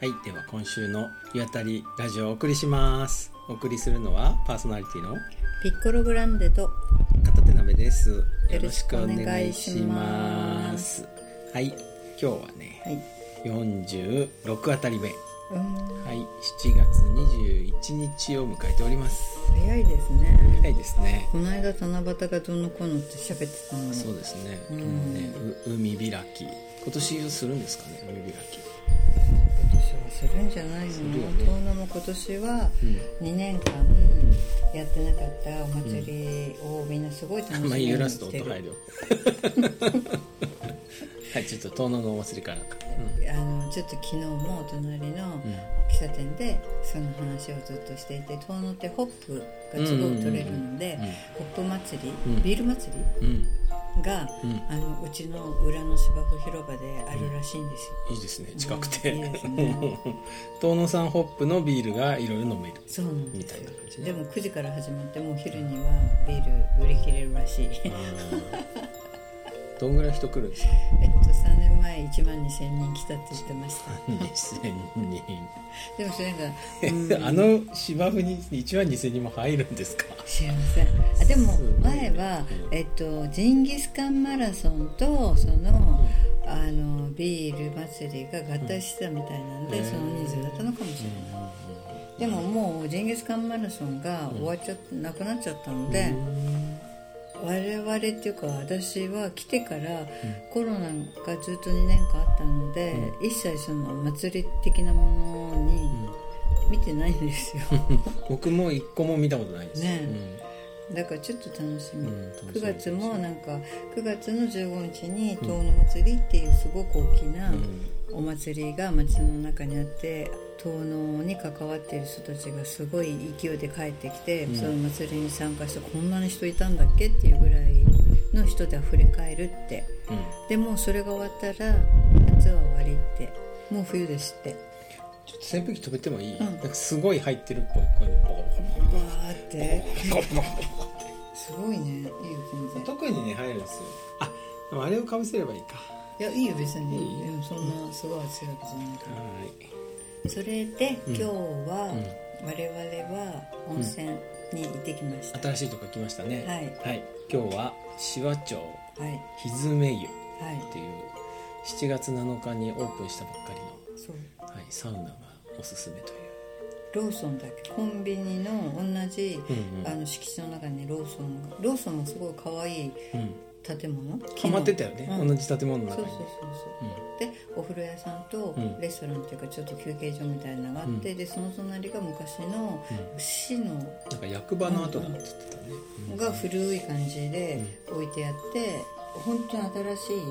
はい、では今週の「ゆあたりラジオ」をお送りしますお送りするのはパーソナリティのピッコログランデと片手鍋ですよよろろししくくおお願願いいししまますすはい今日はねはい46あたり目はうんい7月21日を迎えております早いですね早いですねこの間七夕がどうのこうのって喋ってたのにそうですねうんもうねう海開き今年するんですかね海開き今年はするんじゃないのするよね遠野も今年はうん2年間やってなかったお祭りをみんなすごい楽あしんみまりに揺らすとし音て入るるよ はいちょっと遠野のお祭りからか、あのちょっと昨日もお隣のうん喫茶店でその話をずっとしていて遠野ってホップがすごく取れるのでうんうんうんホップ祭りうんビール祭りうんうんが、うんあのうちの裏の芝生広場であるらしいんですよ、いいですね近くていいです ね遠野産ホップのビールがいろいろ飲めるそうなんみでたすいよな感じねでも9時から始まってもう昼にはビール売り切れる らしいえっどんぐらい人来るんですかと3年前1万2000人来たって言ってました2000でもそれが、人、うん あの芝生に1万2000人も入るんですか知りませんあでもすごいね前は、うんえっと、ジンギスカンマラソンとその,、あのビール祭りが合体してたみたいなんで、うんその人数だったのかもしれない、でももうジンギスカンマラソンが終わっちゃっなくなっちゃったので、我々っていうか私は来てからコロナがずっと2年間あったので、一切その祭り的なものに見てないんですよ、僕も一個も見たことないですねだからちょっと楽しみ、うん楽しみ9月もなんか9月の15日に遠野祭りっていうすごく大きなお祭りが町の中にあって遠野に関わっている人たちがすごい勢いで帰ってきて、その祭りに参加してこんなに人いたんだっけっていうぐらいの人で溢れ返るってうん、うんでもうそれが終わったら夏は終わりってもう冬ですってちょっと扇風機止めてもいい、うんなんかすごい入ってるっぽいこういうのボコボコボコわーってすごいねいいよ全然特にね入るんですよあでもあれをかぶせればいいかいやいいよ別にでもそんなすごい暑いわけじゃないから。はいそれで今日は、う我々は温泉に行ってきました、新しいとこ来ましたね、はい今日は紫波町はいひずめ湯っはていう7月7日にオープンしたばっかりいそうの、はい、サウナがおすすめというローソンだっけコンビニの同じ、うんうんあの敷地の中にローソンがローソンもすごい可愛いうん建物木ハのマってたよね、うん同じ建物のそう中そにうそうそう、でお風呂屋さんとうんレストランっていうかちょっと休憩所みたいなのがあって、でその隣が昔の市のなんか役場の跡だって言ってたね、が古い感じで置いてあって、本当に新し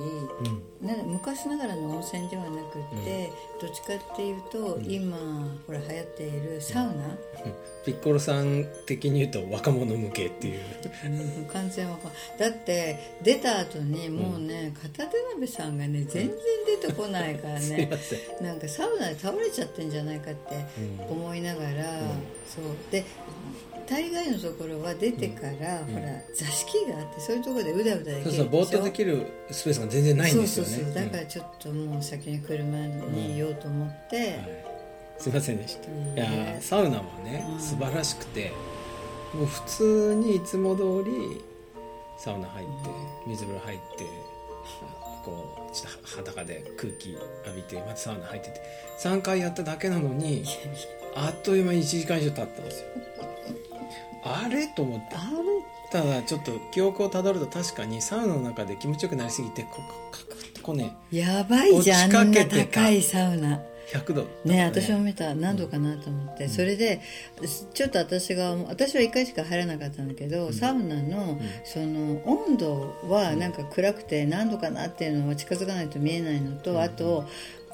い、な昔ながらの温泉ではなくって、どっちかっていうと、今ほら流行っているサウナ、うんピッコロさん的に言うと若者向けっていううん完全はだって出た後にもうね、片手鍋さんがね全然出てこないか らすいねませんなんかサウナで倒れちゃってんじゃないかって思いながら、そうで大概のところは出てから、ほら座敷があってそういうところでうだうだできるそでうしそょうぼーっとできるスペースが全然ないんですよねそうそうそうだうんからちょっともう先に車にいようと思って、すいませんでした、ういんやーサウナもね、うん素晴らしくてもう普通にいつも通りサウナ入って水風呂入ってあこうちょっと裸で空気浴びてまたサウナ入ってて3回やっただけなのにあっという間に1時間以上経ったんですよあれと思ってあれただちょっと記憶をたどると確かにサウナの中で気持ちよくなりすぎてこうカクッとこうねやばいじゃんあ落んちかけなてた高いサウナ100度だったね私も見た何度かなと思って、それでちょっと私が私は1回しか入らなかったんだけど、サウナの,、その温度はなんか暗くて何度かなっていうのは近づかないと見えないのと、あと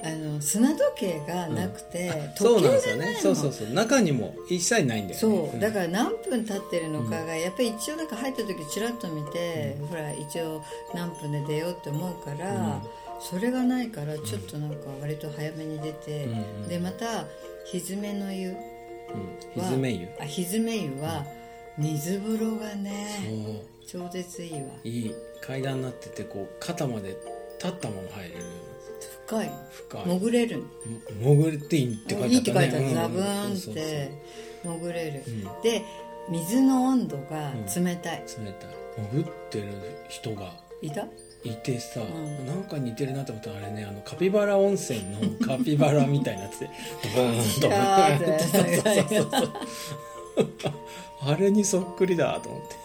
あの砂時計がなくて、そう時計なんがですよないねのそうそうそう中にも一切ないんだよねそうだんから何分経ってるのかが、やっぱり一応なんか入った時ちらっと見て、ほら一応何分で出ようって思うから、それがないからちょっとなんか割と早めに出て、うんでまたひずめの湯はうん、ひずめ湯あひずめ湯は水風呂がねも超絶いいわういい階段になっててこう肩まで立ったまま入れるようになってて深い深い潜れるも潜っていいって書いいいっててあ書っいたてねあるザブうんーそンっうそうて潜れる、うで水の温度が冷たい、そう冷たい潜ってる人がいたいてさ、んなんか似てるなと思ったらあれねあのカピバラ温泉のカピバラみたいなやつでドボーンドボあーーンそうそうそうそうあれにそっくりだと思って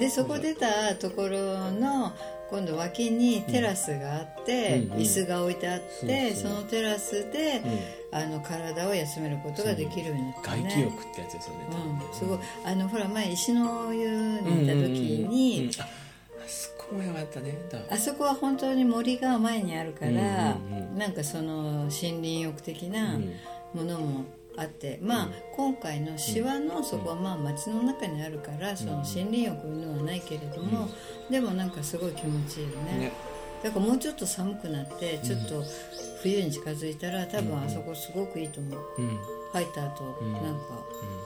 でそこ出たところの今度脇にテラスがあって、うんうん椅子が置いてあって、そうそうそのテラスで、あの体を休めることができるようになった、外ね、気浴ってやつですよね、多分ねうん、すごいあのほら前石の湯にいた時に、うんうんうんああそこもよかったねだあそこは本当に森が前にあるかうら、んうんうなんかその森林浴的なうんものもあって、まあ今回のシワのそこはまあ街の中にあるからその森林浴いうのはないけれども、でもなんかすごい気持ちいいよねねだからもうちょっと寒くなってちょっと冬に近づいたら多分あそこすごくいいと思う、うん入った後なんか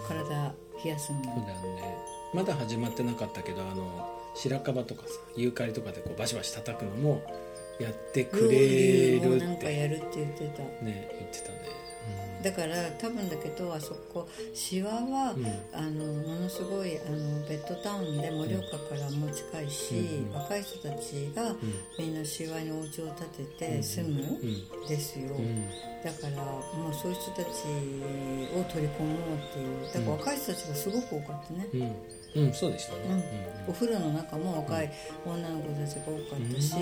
体冷やすのそうだよねまだ始まってなかったけどあの白樺とかさユーカリとかでこうバシバシ叩くのもやってくれ料る理をなっんてかやるって言ってたね言ってたねだから多分だけどあそこシワは、あのものすごいあのベッドタウンで盛岡からも近いし、若い人たちがみんなシワにお家を建てて住むうんですよ、うんだからもうそういう人たちを取り込もうっていうだから若い人たちがすごく多かったね、うんうん、うん、そうでしたね、うんお風呂の中も若い女の子たちが多かったし、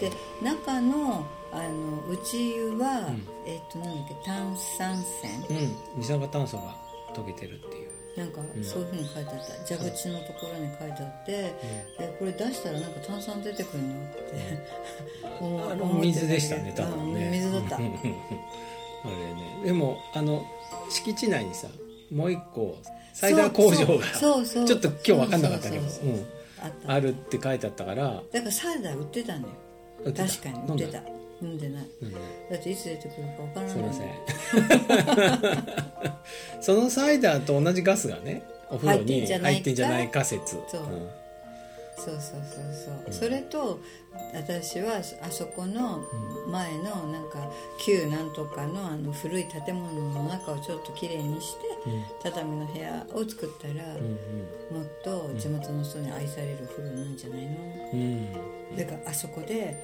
で中のあの内湯は、えっとなんだっけ炭酸泉うんうん二酸化炭素が溶けてるっていうなんかそういうふうに書いてあった蛇口のところに書いてあって、えこれ出したらなんか炭酸出てくるなって思あ思れってたけどお水でしたね多分うねん水 だったうんうんうんあれねでもあの敷地内にさもう一個サイダー工場がそうそうそうちょっと今日分かんなかったけどそうそうそううんあったあるって書いてあったからだからサイダー売ってたんだよ売ってた確かに売ってた飲飲んでないうんだっていつ出てくるかわからないすみません そのサイダーと同じガスがねお風呂に入入っっててんじんじゃゃなないい仮説そううんそうそうそうそう、それと私はあそこの前のなんか旧なんとかのあの古い建物の中をちょっときれいにして、畳の部屋を作ったら、もっと地元の人に愛される風呂なんじゃないの、うんだからあそこで、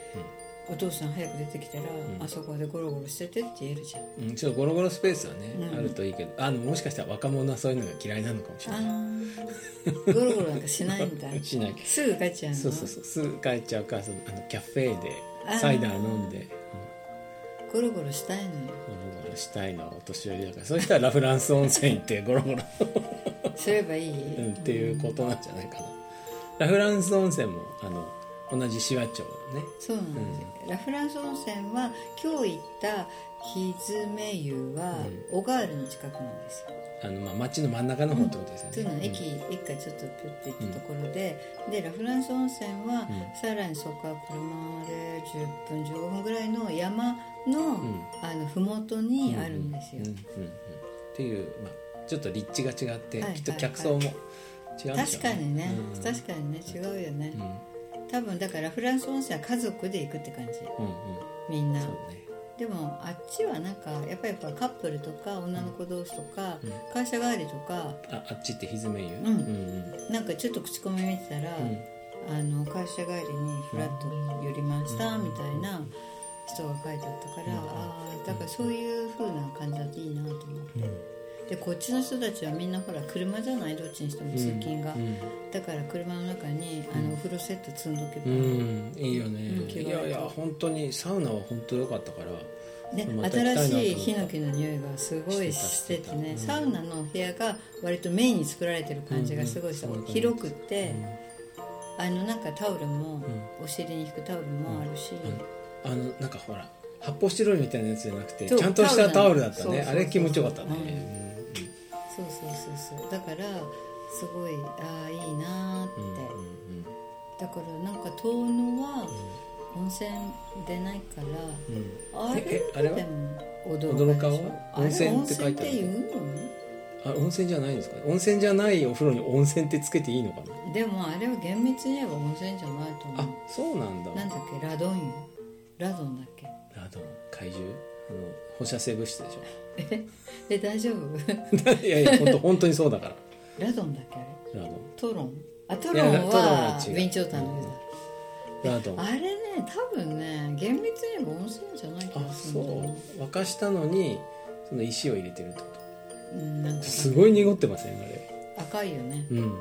お父さん早く出てきたら、あそこでゴロゴロしててって言えるじゃんうんちょっとゴロゴロスペースはね、うんあるといいけどあのもしかしたら若者はそういうのが嫌いなのかもしれあないーゴロゴロなんかしないんだ しないすぐ帰っちゃうのそうそうそうすぐ帰っちゃうからそのあのキャフェであーサイダー飲んでゴロゴロしたいのようんゴロゴロしたいのはお年寄りだからそうしたらラ・フランス温泉行ってゴロゴロすればいい、うんっていうことなんじゃないかなラ・フランス温泉もあの同じ紫波町のねそうなんですよ、ラ・フランス温泉は今日行ったひずめ湯は小川原の近くなんですよ、あのまあ町の真ん中の方ってことですよね。というのは駅一回ちょっとピュッて行ったところで、でラ・フランス温泉はさらにそこから車で10分15分ぐらいの山の,、あの麓にあるんですよ、うんうんうんっていうまあちょっと立地が違って、はいきっと客層も違うんでしょ確うね。かにね、うん確かにね違うよね、多分だからラ・フランス温泉は家族で行くって感じうんうんみんなそうね。でもあっちはなんかやっぱりカップルとか女の子同士とか、会社帰りとかああっちってひずめ湯。うんなんかちょっと口コミ見てたら、あの会社帰りにフラッと寄りましたみたいな人が書いてあったから、ああだからそういう風な感じだといいなと思って、でこっちの人たちはみんなほら車じゃないどっちにしても通勤が、だから車の中にあのお風呂セット積んどけば、うんうんいいよね。ん着替えいとやいや本当にサウナは本当良かったから。ねま、た行きたいなと思った新しいヒノキの匂いがすごいしててね、サウナのお部屋が割とメインに作られてる感じがすごいした、うんうんそうだね広くって、あのなんかタオルも、お尻に引くタオルもあるし、あのなんかほら発泡スチロールみたいなやつじゃなくてそうちゃんとしたタタオオルルだなっのたねそうあれ気持ちよかったね。そうそうそうそうだからすごいああいいなーって、だからなんか遠野は温泉出ないから、あれええあれはでも驚驚かかはは温泉って書いてあるあれ温泉って言うのあ温泉じゃないんですか温泉じゃないお風呂に温泉ってつけていいのかなでもあれは厳密に言えば温泉じゃないとあ思そうなんだうなんだっけラドンよラドンだっけラドン怪獣あの放射性物質でしえ大丈夫 ょ いやいや本当本当にそうだからラドンだっけあれラドントロンあトいやロントロンはは違う備長炭の上だ、ラドンあれね多分ね厳密に言えば温泉じゃない気あがすそるんだようね沸かしたのにその石を入れてるってこうんなんとかすごい濁ってませんあれ赤いよねうん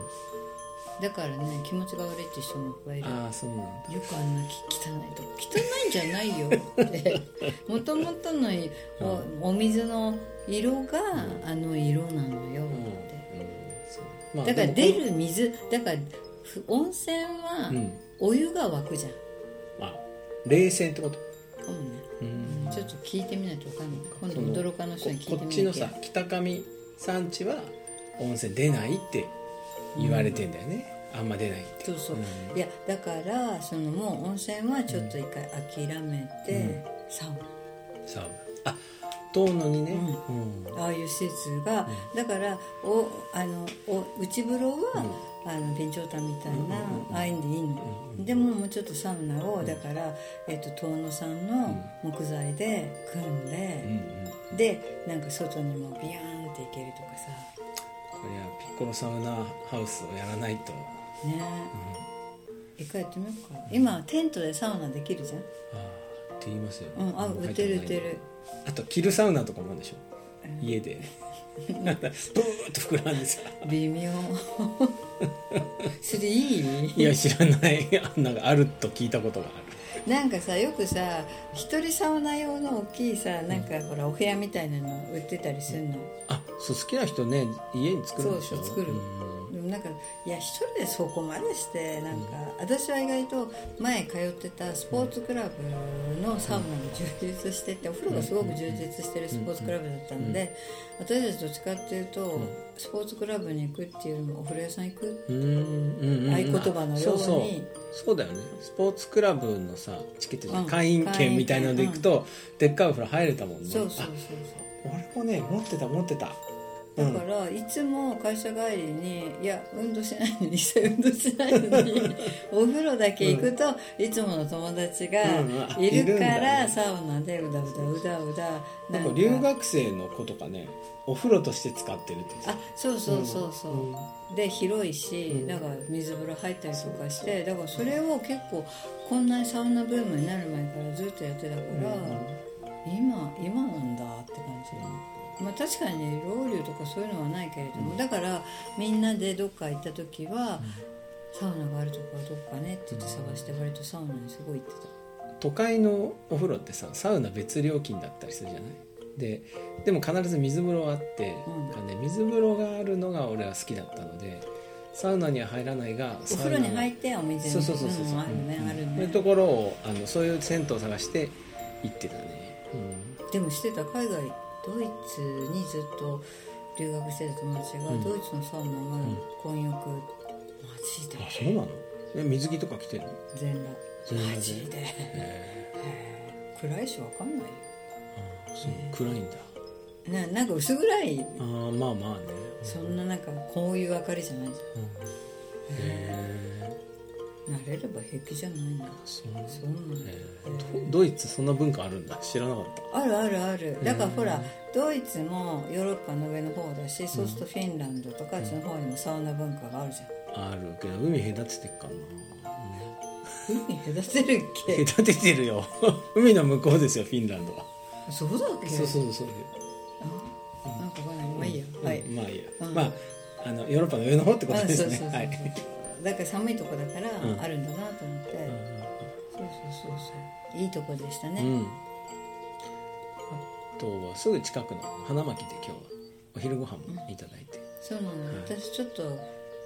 だからね気持ちが悪いって人もいっぱいいるああそうなんだよくあんなき汚いとこ汚いんじゃない よってもともとのいおお水の色があの色なのようん、うんっそうまあてだからでも出る水だからふ温泉はうんお湯が沸くじゃんあ冷静ってことかもねうんちょっと聞いてみないと分かんない今その度驚かの人に聞こいてこっみちなのきゃさ北上山地は温泉出ないって言われてんだよね、あんま出ないってそうそう、うんいやだからそのもう温泉はちょっと一回諦めて、サウサウナあ遠野にね、ううんナああいう施設が、だからおあのお内風呂は、あの備長炭みたいな、ああいうんでいいの、でももうちょっとサウナを、だから、えっと遠野さんの木材で組んうんうで、んでなんか外にもビヤーンって行けるとかさこれはピッコロサウナハウスをやらないとね、一回やってみようか今テントでサウナできるじゃんああって言いますよ、うんあも売入っったてことる売っないてるあと着るサウナとかもあるでしょ家 でブーッと膨らんでさ微妙それいいいや知らない あんながあると聞いたことがあなんかさよくさ一人サウナ用の大きいさなんかほらお部屋みたいなの売ってたりするの、るあそう好きな人ね家に作るんでしょそうそう作るうんでもなんかいや一人でそこまでしてなんか、私は意外と前通ってたスポーツクラブのサウナが充実しててお風呂がすごく充実してるスポーツクラブだったので、私たちどっちかっていうと、スポーツクラブに行くっていうよりもお風呂屋さん行くうんうんうん合言葉のようにそうそうそうだよねスポーツクラブのさチケットじゃんうん会員券みたいなので行くと、でっかいお風呂入れたもんねそうそうそうそうあ俺もね持ってた持ってただからいつも会社帰りにいや運動しないのに一切運動しない のにお風呂だけ行くと、いつもの友達がうんあいいるるんかだら、ねサウナでうだうだうだうだなんか留学生の子とかねお風呂として使ってるって言ってたあそうそうそうそう、で広いし、だから水風呂入ったりとかしてだからそれを結構こんなにサウナブームになる前からずっとやってたから、今今なんだって感じ、まあ、確かに老流とかそういうのはないけれども、だからみんなでどっか行った時は、サウナがあるとこはどっかねって言って探して割とサウナにすごい行ってた。都会のお風呂ってさサウナ別料金だったりするじゃないででも必ず水風呂はあって、うんなんかね、水風呂があるのが俺は好きだったのでサウナには入らないがお風呂に入っってお水にそうそうそうそう、んあるねうんあるそういねうところをあのそういう銭湯を探して行ってたね、でもしてた海外ドイツにずっと留学してた友達が、うんドイツのサウナは混浴、マジであそうなのえ水着とか着てるの全裸全裸でマジで、へえ暗いしわかんないよそう暗いんだななんか薄暗いあーまあまあねそんななんかこういう明かりじゃないうんじへえゃん慣れれば平気じゃないなそうなんだそうなんだよドイツそんな文化あるんだ知らなかったあるあるあるだからほらドイツもヨーロッパの上の方だしそうするとフィンランドとかあっちの方にもサウナ文化があるじゃんあるけど海隔ててっかな、海隔てるっけ隔ててるよ 海の向こうですよフィンランドはそうだっけそうそうそう、あなんかわかんないまあいいや、うんはい、まあいいや、うんまああのヨーロッパの上の方ってこまあとそうでそすうそうねそう、はいだから寒いとこだからうんあるんだなと思って、そうそうそうそういいとこでしたね、うんうんあとはすぐ近くの花巻で今日はお昼ご飯もいただいて、そうなの、私ちょっと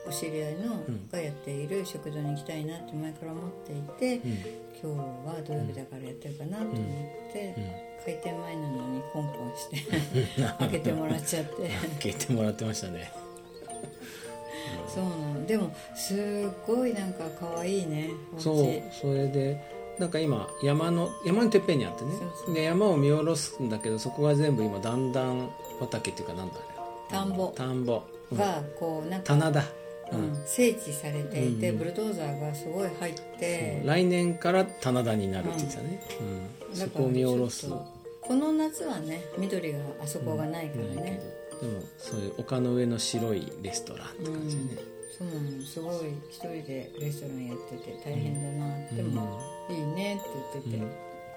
お知り合いのんがやっている食堂に行きたいなって前から思っていうて、ん今日は土曜日だからやってるかなと思って、うん開店前なのにコンコンして 開けてもらっちゃって聞いてもらってましたねそうなのでもすっごいなんか可愛いねお家そうそれでなんか今山の山のてっぺんにあってねそうで山を見下ろすんだけどそこが全部今だんだん畑っていうかなんだあれ田んぼ田んぼ、うんがこうなんか、棚だ、ううんん、整地されていて、うんブルドーザーがすごい入って、来年から棚田になるって言ってたね、うんだそからこを見下ろすちょっとこの夏はね緑があそこがないからないね、けどでもそういう丘の上の白いレストランって感じだね、そうなのすごい一人でレストランやってて大変だな、うんでも、いいねって言ってて、うん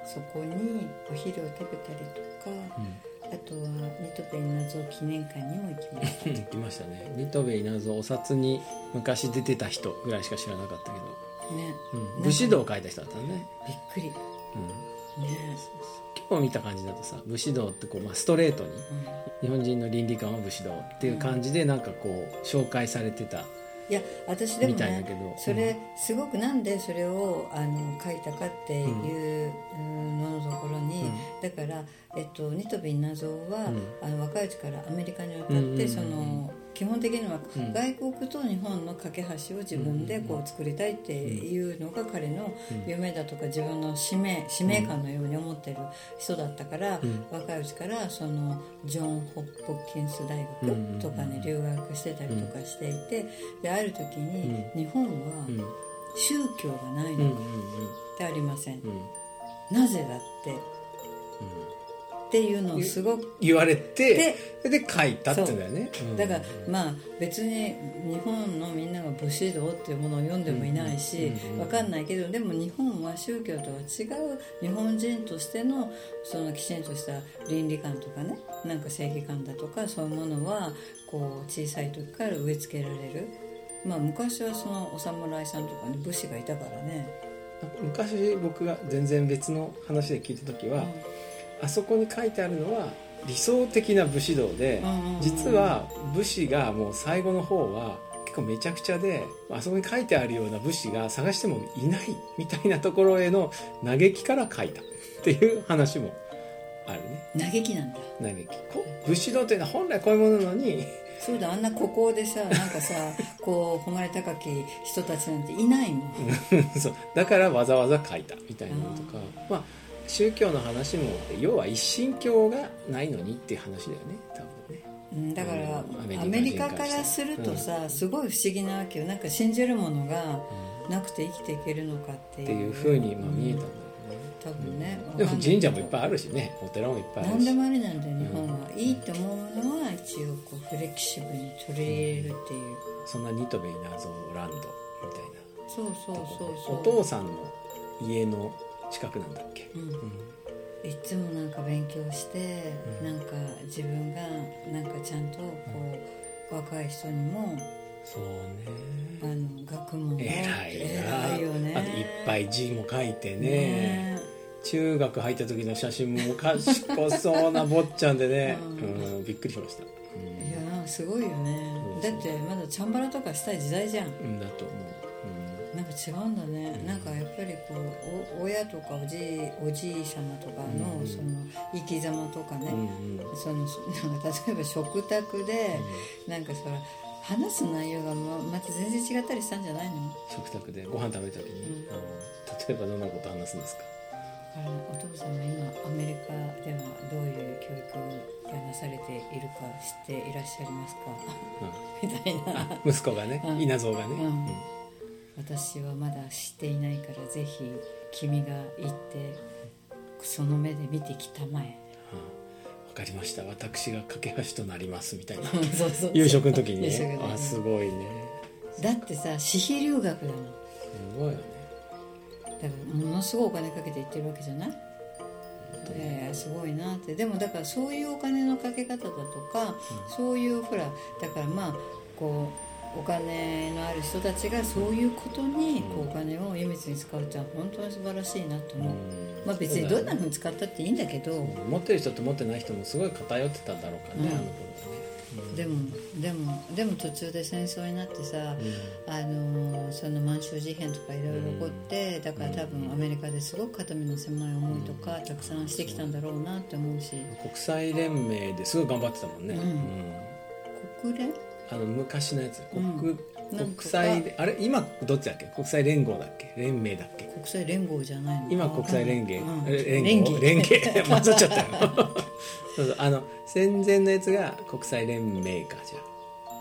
そこにお昼を食べたりとか、うあとはニトペン謎記念館にも行きましたん、行きましたね新渡部稲造お札に昔出てた人ぐらいしか知らなかったけど、ねうん、武士道を書いた人だったのね、びっくりねうん、今日見た感じだとさ武士道ってこう、まあ、ストレートにうん日本人の倫理観は武士道っていう感じでなんかこう紹介されてた、いや私でもみたいだけねどそれすごくなんでそれをあの書いたかっていううんののところに、だから、えっと、ニトビン謎は、うんあの若いうちからアメリカに渡っうて、んうんうんその基本的にはうん外国と日本の架け橋を自分でこう作りたいっていうのが彼の夢だとか自分の使命使命感のように思ってる人だったから、うん若いうちからそのジョン・ホッポキンス大うんうんうんう学んとかに留学してたりとかしていてである時に日本はうん宗教がないうんうんのってありませんうんうんなぜだってっていうのをすごく言われてそれで書いたってんだよねうんだからまあ別に日本のみんなが武士道っていうものを読んでもいないしうんうんわかんないけどでも日本は宗教とは違う日本人としてのそのきちんとした倫理観とかねなんか正義感だとかそういうものはこう小さい時から植え付けられる。まあ、昔はそのお侍さんとかに武士がいたからね、昔僕が全然別の話で聞いた時は、あそこに書いてあるのは理想的な武士道で、うんうんうん実は武士がもう最後の方は結構めちゃくちゃであそこに書いてあるような武士が探してもいないみたいなところへの嘆きから書いたっていう話もあるね嘆きなんだ嘆きこ武士道というのは本来こういうものなのに そうだあんな孤高でさなんかさこう誉れ高き人たちなんていないもん、そうだからわざわざ書いたみたいなのとか、まあ宗教の話も要は一神教がないのにっていう話だよね多分ね。うんだからうんアアメメリリカカからするとさすごい不思議なわけよなんか信じるものがなくて生きていけるのかっていっうていうふうにまあ見えたんだよね、多分ねでも神社もいっぱいいあるしねお寺もいっぱいある何しでもありなんだよ日本はいいと思うものは一応こうフレキシブルに取り入れるっていうそんなニトベイナゾーランドみたいなそうそうとこそうおそ父うさんの家の近くなんだっけ、うんうんいつもなんか勉強して、うんなんか自分がなんかちゃんとこう、若い人にもそうあねの学問を偉いな偉いよねあといっぱい字も書いてねね、中学入った時の写真も賢そうな坊ちゃんでねううんんびっくりしました、いやなんかすごいよねそだうそうってまだチャンバラとかしたい時代じゃんうん、だと思なんか違うんだね、うんなんかやっぱりこうお親とかおじいおじい様とかの、うんその生き様とかう、うんね、うんうんそのなんか例えば食卓で、なんかそら話す内容がままた全然違ったりしたんじゃないの食卓でご飯食べる時に、うんあの例えばどんなこと話すんですかあのお父さんは今アメリカではどういう教育がなされているか知っていらっしゃいますか うんみたい なあ息子がね、うん稲造がね、ううんん私はまだ知っていないからぜひ君が行ってその目で見てきたま えわかりました私が架け橋となりますみたいな そうそう夕食の時に夕食ねの時あすごいねだってさ私費留学だもんだすごいよねからものすごいお金かけて行ってるわけじゃない本当いにやいやすごいなってでもだからそういうお金のかけ方だとか、そういうほらだからまあこうお金のある人たちがそういうことにこうお金を湯水に使うってのは本当に素晴らしいなと思う、うんまあ別にどんなふうに使ったっていいんだけどうん持ってる人と持ってない人もすごい偏ってたんだろうからね、うんあの頃はね、でもでもでも途中で戦争になってさうん、あのーその満州事変とかいろいろ起こってだから多分アメリカですごく肩身の狭い思いとかたくさんしてきたんだろうなって思うし国際連盟ですごい頑張ってたもんね、うんうん国連あの昔のやつうん国,、なんとか国際あれ今どっちだっけ国際連合だっけ連盟だっけ国際連合じゃないの今国際連携、うんえ連連合携 連携混ざっちゃったよそうそうあの戦前のやつが国際連盟かじゃ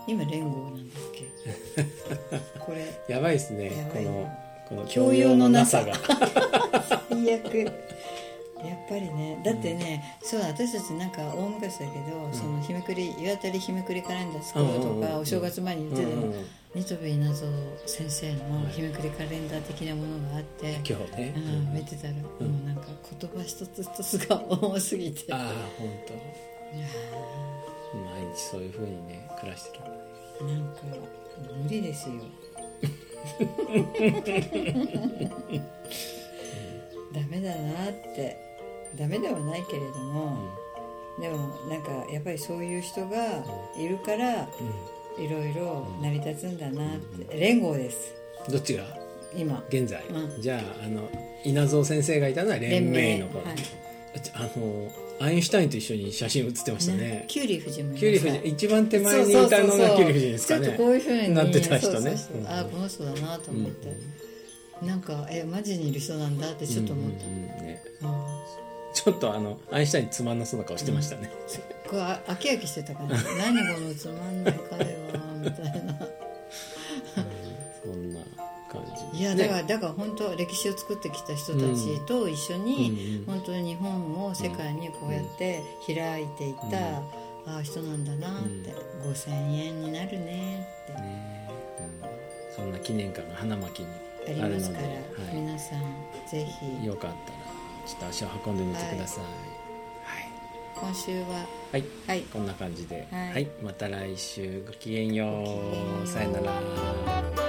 今連合なんだっけこれあやばいですねやばこいのこの教教養養ののななささがが最悪やっぱりねだってね、そう私たちなんか大昔だけど、その日めくり岩谷日めくりカレンダー作ろうとうか、んうんうんうんお正月前に言ってたの、うんうんうんニトビ稲造先生の日めくりカレンダー的なものがあって、今日ね、うん、見てたら、もうなんか言葉一つ一つが重すぎてああ本当毎日そういう風にね暮らしてたなんか無理です よ。ダメだなってダメではないけれども、でもなんかやっぱりそういう人がいるからういろいろ成り立つんだなって、連合ですんどっちが今現在、うじゃああの稲造先生がいたのは連盟の頃連盟はいあのアインシュタインと一緒に写真写ってましたねなキュリー夫人もいましたキュリー夫人一番手前にいたのがキュリー夫人ですかねちょっとこういうふうになってた人ねそうそうそううんああこの人だなと思って、なんかえマジにいる人なんだってちょっと思った、うんうんうんねうんちょっとあのアインシュタインつまんなそうな顔してましたね、これあ飽き飽きしてたから 何このつまんない彼はみた いなそんな感じいやだから、ねだから本当歴史を作ってきた人たちと一緒に、うん本当に日本を世界にこうやって開いていた、ああ人なんだなって、5,000円になるねってねうんそんな記念館が花巻にありあるまのすでから、は皆さんぜい、ひよかったらちょっと足を運んでみてください今週ははい、はいはいこんな感じで、はいまた来週ごきげんようごきげんようさよなら